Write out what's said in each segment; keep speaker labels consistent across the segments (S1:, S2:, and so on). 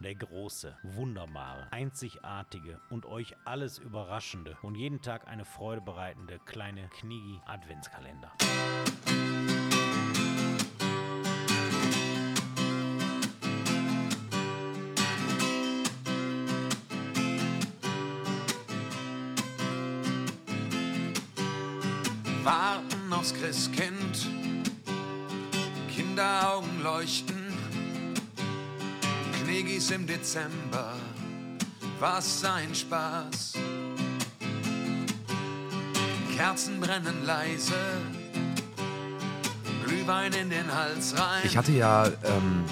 S1: der große, wunderbare, einzigartige und euch alles überraschende und jeden Tag eine Freude bereitende kleine Knigi Adventskalender.
S2: Warten aufs Christkind, Kinderaugen leuchten, Knigis im Dezember, was ein Spaß. Kerzen brennen leise, Glühwein in den Hals rein.
S3: Ich hatte ja ähm,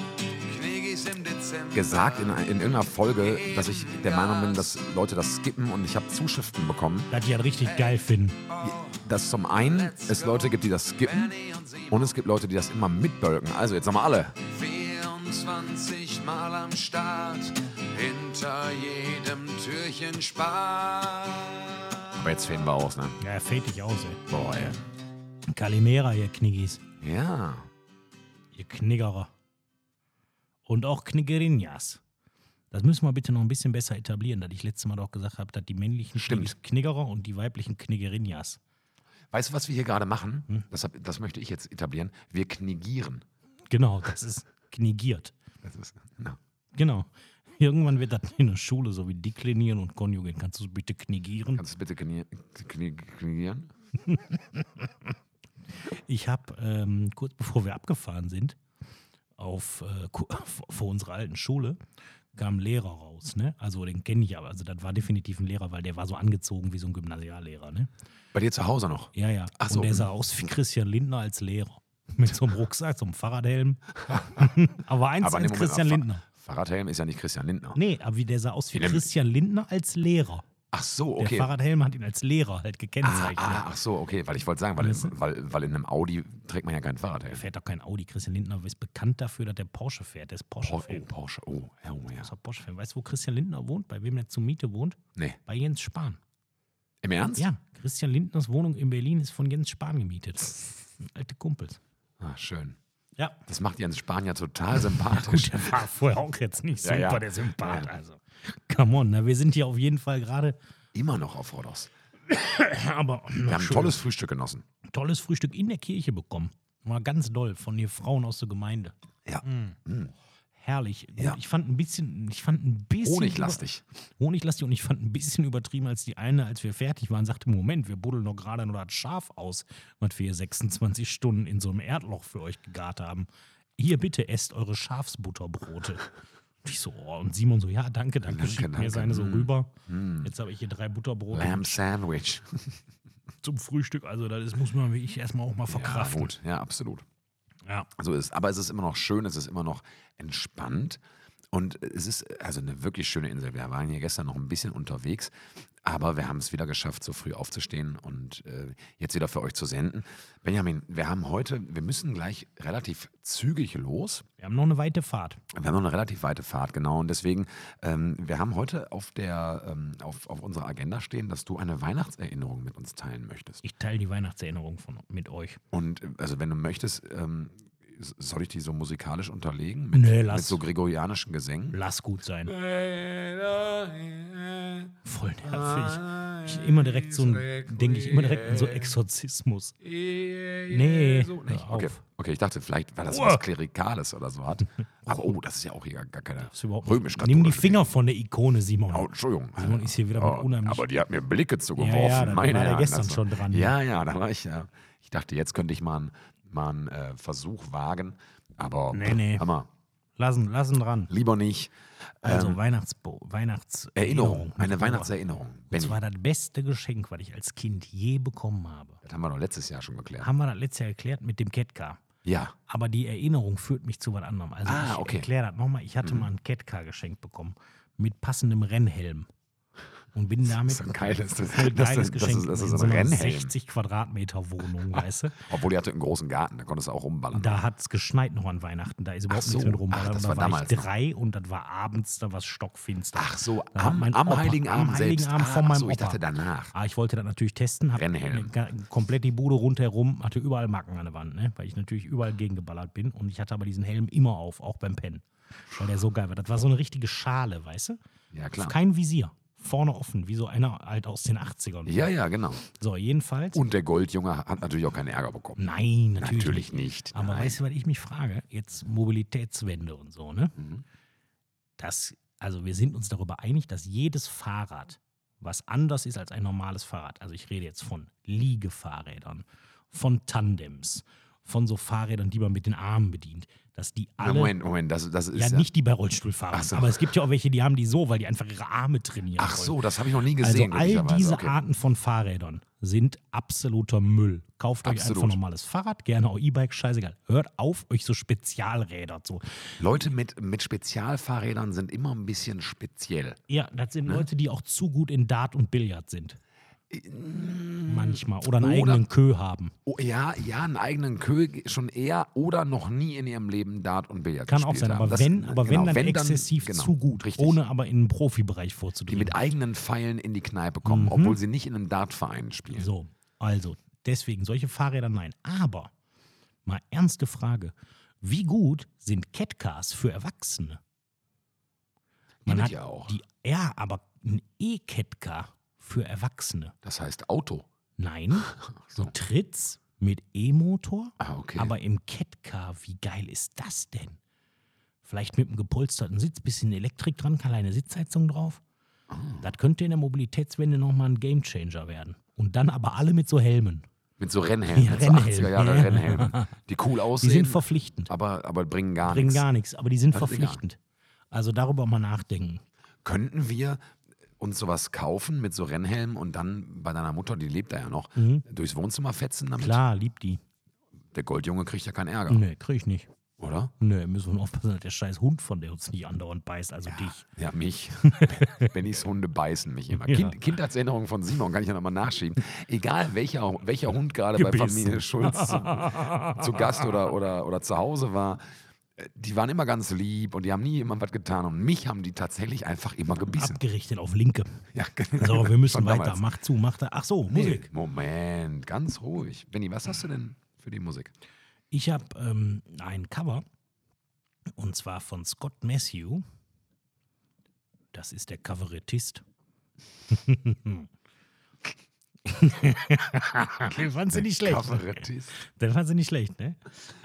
S2: Knigis im Dezember.
S3: gesagt in, in irgendeiner Folge, dass ich der Meinung bin, dass Leute das skippen und ich habe Zuschriften bekommen.
S4: Dass die das richtig geil finden.
S3: Dass zum einen es Leute gibt, die das skippen und es gibt Leute, die das immer mitbölken. Also jetzt haben wir alle.
S2: 24 Mal am Start, hinter jedem Türchen Spaß.
S3: Aber jetzt fehlen wir aus, ne?
S4: Ja, er fällt dich aus, ey.
S3: Boah, ey.
S4: Kalimera, ihr Kniggis.
S3: Ja.
S4: Ihr Kniggerer. Und auch Kniggerinjas. Das müssen wir bitte noch ein bisschen besser etablieren, da ich letztes Mal doch gesagt habe, dass die männlichen
S3: Stimmt.
S4: Kniggis Kniggerer und die weiblichen Kniggerinjas.
S3: Weißt du, was wir hier gerade machen? Das, hab, das möchte ich jetzt etablieren. Wir knigieren.
S4: Genau, das ist knigiert.
S3: Das ist, na.
S4: Genau. Irgendwann wird das in der Schule so wie deklinieren und konjugieren. Kannst du es bitte knigieren?
S3: Kannst du bitte kni kni knigieren?
S4: Ich habe ähm, kurz bevor wir abgefahren sind, auf, äh, ku- vor unserer alten Schule, kam ein Lehrer raus. Ne? Also den kenne ich aber. Also das war definitiv ein Lehrer, weil der war so angezogen wie so ein Gymnasiallehrer. Ne?
S3: Bei dir zu Hause noch?
S4: Ja, ja.
S3: Ach so. genau.
S4: Und der sah aus wie Christian Lindner als Lehrer. Mit so einem Rucksack, so einem Fahrradhelm. aber eins zu eins
S3: Aber nee, Moment mal,
S4: Christian
S3: Fa-
S4: Lindner.
S3: Fahrradhelm ist ja nicht Christian Lindner.
S4: Nee, aber wie der sah aus wie
S3: Nee, der-
S4: Christian Lindner als Lehrer.
S3: Ach so,
S4: Der
S3: okay.
S4: Fahrradhelm hat ihn als Lehrer halt
S3: ah,
S4: gekennzeichnet.
S3: ah, ach so, okay. Weil ich wollte sagen, weil,
S4: Weißt
S3: in, weil, weil in einem Audi trägt man ja keinen
S4: Der
S3: Fahrradhelm.
S4: fährt doch kein Audi. Christian Lindner ist bekannt dafür, dass der Porsche fährt. Der ist
S3: Por-
S4: Porsche-Fan.
S3: oh, Porsche. Oh, ja, oh, ja.
S4: großer Bosch-Fan. Weißt du, wo Christian Lindner wohnt? Bei wem der zur Miete wohnt?
S3: Nee.
S4: Bei Jens Spahn.
S3: Im Ernst?
S4: Ja, Christian Lindners Wohnung in Berlin ist von Jens Spahn gemietet. Alte Kumpels.
S3: Ah, schön.
S4: Ja.
S3: Das macht Jens Spahn ja total sympathisch.
S4: Der war vorher auch jetzt nicht
S3: Ja,
S4: super,
S3: ja.
S4: der Sympath.
S3: Ja.
S4: Also, come on, na, wir sind hier auf jeden Fall gerade.
S3: Immer noch auf Rodos.
S4: Aber
S3: Wir haben ein tolles Frühstück genossen.
S4: tolles Frühstück in der Kirche bekommen. War ganz doll von den Frauen aus der Gemeinde. Hm.
S3: Ja. Hm.
S4: Herrlich. Und
S3: Ja.
S4: Ich fand ein bisschen, ich fand ein bisschen.
S3: Honiglastig.
S4: Über, honiglastig und ich fand ein bisschen übertrieben, als die eine, als wir fertig waren, sagte: Moment, wir buddeln doch gerade nur das Schaf aus, was wir hier 26 Stunden in so einem Erdloch für euch gegart haben. Hier bitte esst eure Schafsbutterbrote. Und Ich so, oh, und Simon so, ja, danke, danke,
S3: Danke,
S4: schiebt mir
S3: danke.
S4: seine so
S3: Mm.
S4: rüber. Jetzt habe ich hier drei Butterbrote
S3: Lamb Sandwich.
S4: Oh, zum Frühstück, also das ist- muss man wirklich erstmal auch mal verkraften.
S3: gut. Ja, absolut.
S4: ja.
S3: So ist es. Aber es ist immer noch schön, es ist immer noch entspannt. Und es ist also eine wirklich schöne Insel. Wir waren hier gestern noch ein bisschen unterwegs, aber wir haben es wieder geschafft, so früh aufzustehen und äh, jetzt wieder für euch zu senden. Benjamin, wir haben heute, wir müssen gleich relativ zügig los.
S4: Wir haben noch eine weite Fahrt.
S3: Wir haben noch eine relativ weite Fahrt, genau. Und deswegen, ähm, wir haben heute auf, der, ähm, auf, auf unserer Agenda stehen, dass du eine Weihnachtserinnerung mit uns teilen möchtest.
S4: Ich teile die Weihnachtserinnerung von, mit euch.
S3: Und äh, also wenn du möchtest, ähm, s- soll ich die so musikalisch unterlegen?
S4: Nee,
S3: mit
S4: lass.
S3: so gregorianischen Gesängen?
S4: Lass gut sein.
S2: Nervig.
S4: Voll nervig. Ich immer direkt so ein, denke ich immer direkt an so Exorzismus. Nee,
S2: Nee.
S4: hör auf.
S3: Okay. okay, ich dachte vielleicht, weil das was Klerikales oder so hat. Aber oh, das ist ja auch hier gar keine
S4: Ist überhaupt
S3: römisch
S4: Nimm die Finger von der Ikone, Simon.
S3: Oh, Entschuldigung. Oh,
S4: Simon ist hier wieder mit unheimlich-
S3: Aber die hat mir Blicke zugeworfen.
S4: Ja, ja, da
S3: meine
S4: war der
S3: Herren,
S4: gestern
S3: das war-
S4: schon dran.
S3: Ja, ja, da war ich ja. Ich dachte, jetzt könnte ich mal einen, mal einen äh, Versuch wagen. Aber
S4: Nee,
S3: pff,
S4: nee.
S3: Hammer.
S4: Lassen, lassen dran.
S3: Lieber nicht.
S4: Also Weihnachtsbo Weihnachts
S3: Erinnerung. Eine
S4: mit
S3: Weihnachtserinnerung.
S4: Ober. Das
S3: Benni,
S4: war das beste Geschenk, was ich als Kind je bekommen habe.
S3: das haben wir doch letztes Jahr schon geklärt.
S4: Haben wir das letztes Jahr erklärt mit dem Ketka.
S3: Ja.
S4: Aber die Erinnerung führt mich zu was anderem. Also
S3: Ah,
S4: ich
S3: okay. Mhm.
S4: erkläre das nochmal. Ich hatte mal ein Ketka geschenkt bekommen mit passendem Rennhelm. Und bin damit
S3: Das ist ein geiles, das,
S4: voll
S3: das,
S4: geiles
S3: das, das,
S4: Geschenk
S3: ist, das
S4: in
S3: ist
S4: so
S3: ein
S4: einer
S3: Rennhelm.
S4: 60 Quadratmeter Wohnung, weißt du?
S3: Obwohl die hatte einen großen Garten, da konntest du auch rumballern.
S4: Da hat es geschneit noch an Weihnachten, da ist überhaupt
S3: Ach so.
S4: nichts mit rum.
S3: Ach, das
S4: da
S3: war
S4: war,
S3: damals
S4: ich
S3: noch.
S4: drei und das war abends, da war es stockfinster.
S3: Ach so,
S4: Da hat
S3: am,
S4: mein
S3: am
S4: Opa-
S3: Heiligen
S4: am
S3: Abend selbst.
S4: Heiligen Abend
S3: ah,
S4: von
S3: ach
S4: meinem
S3: so, ich
S4: Opa.
S3: dachte danach.
S4: Ah, ich wollte das natürlich testen, habe
S3: Rennhelm.
S4: komplett die Bude rundherum, hatte überall Macken an der Wand, ne? weil ich natürlich überall gegengeballert bin und ich hatte aber diesen Helm immer auf, auch beim Pennen, weil der so geil war. Das war so eine richtige Schale, weißt du?
S3: Ja, klar.
S4: Kein Visier, vorne offen, wie so einer halt aus den 80ern.
S3: Ja, ja, genau.
S4: So, jedenfalls.
S3: Und der Goldjunge hat natürlich auch keinen Ärger bekommen.
S4: Nein, natürlich,
S3: Natürlich nicht,
S4: Aber
S3: nein.
S4: weißt du, was ich mich frage? Jetzt Mobilitätswende und so, ne?
S3: Mhm.
S4: Das, also wir sind uns darüber einig, dass jedes Fahrrad, was anders ist als ein normales Fahrrad, also ich rede jetzt von Liegefahrrädern, von Tandems, von so Fahrrädern, die man mit den Armen bedient, dass die alle.
S3: Na, Ah, Moment, Moment, das, das ist
S4: ja,
S3: ja,
S4: nicht die bei Rollstuhlfahrern,
S3: Ach so.
S4: aber es gibt ja auch welche, die haben die so, weil die einfach ihre Arme trainieren.
S3: Ach
S4: wollen.
S3: so, das habe ich noch nie gesehen.
S4: Also all
S3: glücklicherweise.
S4: diese
S3: okay.
S4: Arten von Fahrrädern sind absoluter Müll. Kauft euch
S3: Absolut.
S4: einfach normales Fahrrad, gerne auch E-Bike, scheißegal. Hört auf, euch so Spezialräder zu.
S3: Leute mit, mit Spezialfahrrädern sind immer ein bisschen speziell.
S4: Ja, das sind
S3: Ne?
S4: Leute, die auch zu gut in Dart und Billard sind. Manchmal. Oder einen
S3: Äh, Oder-
S4: eigenen Kö haben.
S3: Oh, ja, ja, einen eigenen Köhl ge- schon eher oder noch nie in ihrem Leben Dart und Billard
S4: Kann auch sein,
S3: gespielt haben.
S4: aber
S3: Das-
S4: wenn, aber
S3: genau,
S4: wenn dann exzessiv
S3: genau,
S4: zu gut,
S3: richtig.
S4: ohne aber in den Profibereich
S3: die
S4: vorzudringen.
S3: mit eigenen Pfeilen in die Kneipe
S4: Mhm.
S3: kommen, obwohl sie nicht in einem Dartverein spielen.
S4: So, also, deswegen solche Fahrräder nein. Aber, mal ernste Frage, wie gut sind Catcars für Erwachsene? Man
S3: Gibt
S4: hat
S3: ja auch.
S4: Die, ja, aber ein E-Catcar für Erwachsene.
S3: Das heißt Auto.
S4: Nein,
S3: So.
S4: du trittst mit E-Motor,
S3: Ah, okay.
S4: aber im Catcar, wie geil ist das denn? Vielleicht mit einem gepolsterten Sitz, bisschen Elektrik dran, kleine Sitzheizung drauf.
S3: Ah.
S4: Das könnte in der Mobilitätswende nochmal ein Gamechanger werden. Und dann aber alle mit so Helmen.
S3: mit so Rennhelmen,
S4: Ja,
S3: mit so
S4: Rennhelmen.
S3: 80er Jahre
S4: Ja.
S3: Rennhelmen, die cool
S4: Die
S3: aussehen,
S4: sind verpflichtend.
S3: aber, aber bringen gar
S4: Bringen
S3: nichts.
S4: gar nichts, aber die sind
S3: Das ist egal.
S4: verpflichtend. Also darüber mal nachdenken.
S3: Könnten wir uns sowas kaufen mit so Rennhelmen und dann bei deiner Mutter, die lebt da ja noch,
S4: Mhm.
S3: durchs Wohnzimmer fetzen damit?
S4: Klar, lieb die.
S3: Der Goldjunge kriegt ja keinen Ärger,
S4: Nee, krieg ich nicht.
S3: oder?
S4: Nee, müssen wir aufpassen, dass der scheiß Hund von der uns nicht andauernd beißt, also dich.
S3: Ja, mich. Bennys Hunde beißen mich immer.
S4: Ja.
S3: Kind, Kindheitserinnerung von Simon kann ich ja nochmal nachschieben. Egal welcher, welcher Hund gerade bei
S4: Gebissen.
S3: Familie Schulz zu, zu Gast oder, oder, oder zu Hause war, äh, die waren immer ganz lieb und die haben nie jemand was getan. Und mich haben die tatsächlich einfach immer gebissen.
S4: Abgerichtet auf Linke.
S3: Ja,
S4: So, wir müssen
S3: Schon
S4: weiter.
S3: damals.
S4: Mach zu, mach da. Ach so,
S3: Nee,
S4: Musik.
S3: Moment, ganz ruhig. Benny, was hast du denn für die Musik?
S4: Ich habe ähm, ein Cover und zwar von Scott Matthew. Das ist der Kabarettist. Den fand sie nicht schlecht.
S3: Kabarettist.
S4: Den fand sie nicht schlecht, ne?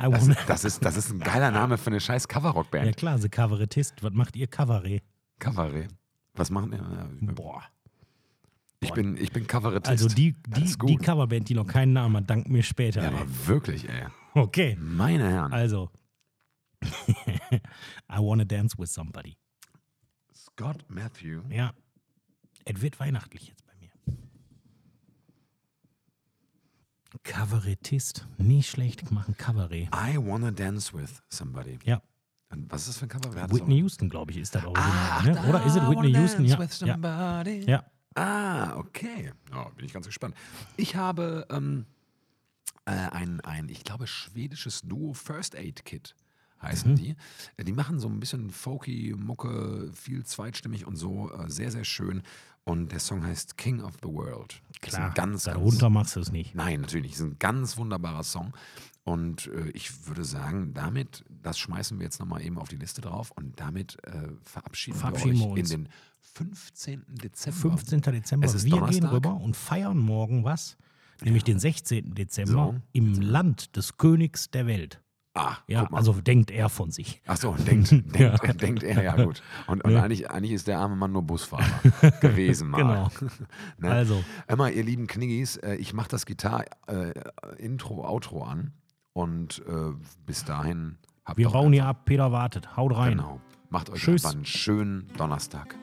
S4: I
S3: Das,
S4: wanna-
S3: das, ist, das ist ein geiler Name für eine scheiß
S4: ja
S3: Coverrock-Band.
S4: klar, The Kabarettist. Was macht ihr Kabarett?
S3: Kabarett. Was machen wir?
S4: Boah.
S3: Ich bin, ich bin Kabarettist.
S4: Also die,
S3: Das
S4: die,
S3: ist
S4: die
S3: gut.
S4: Coverband, die noch keinen Namen hat, dankt mir später.
S3: ja,
S4: ey.
S3: aber wirklich, ey.
S4: Okay.
S3: Meine Herren.
S4: Also. I wanna dance with somebody.
S3: Scott Matthew.
S4: Ja. Es wird weihnachtlich jetzt bei mir. Kabarettist. Nicht schlecht machen, Kabarett.
S3: I wanna dance with somebody.
S4: Ja.
S3: Und was ist das für ein Cover? Wer hat's
S4: Whitney
S3: auch-
S4: Houston, glaube ich, ist das Original.
S3: Ach,
S4: ne? Oder ist es
S3: I
S4: Whitney
S3: wanna
S4: Houston?
S3: dance
S4: Ja.
S3: with
S4: ja.
S3: somebody.
S4: ja.
S3: Ah, okay. Oh, bin ich ganz gespannt. Ich habe ähm, äh, ein, ein, ich glaube, schwedisches Duo First Aid Kit
S4: Mhm.
S3: heißen die. Äh, Die machen so ein bisschen folky Mucke, viel zweitstimmig und so, äh, sehr, sehr schön. Und der Song heißt King of the World. Das ist ein
S4: Klar.
S3: ganz, ganz
S4: Darunter machst du es nicht.
S3: Nein, natürlich nicht. Es ist ein ganz wunderbarer Song. Und äh, ich würde sagen, damit, das schmeißen wir jetzt nochmal eben auf die Liste drauf und damit äh, verabschieden,
S4: Verabschieden
S3: wir
S4: wir
S3: euch
S4: uns.
S3: in den 15. Dezember.
S4: 15. Dezember.
S3: Es ist
S4: wir
S3: Donnerstag.
S4: gehen rüber und feiern morgen was? Nämlich den 16. Dezember
S3: So.
S4: im Land des Königs der Welt.
S3: Ah,
S4: Ja,
S3: guck mal.
S4: also denkt er von sich.
S3: Ach so, denkt, denkt, denkt er, ja gut. Und, und eigentlich, eigentlich ist der arme Mann nur Busfahrer gewesen mal.
S4: Genau.
S3: Ne?
S4: Also.
S3: Immer, ihr lieben Kniggis, äh, ich mache das Gitar-Intro, Outro an und äh, bis dahin habt
S4: Wir
S3: doch
S4: bauen hier
S3: einfach-
S4: ab. Peter wartet. Haut rein.
S3: Genau. Macht euch
S4: Tschüss.
S3: einfach einen schönen Donnerstag.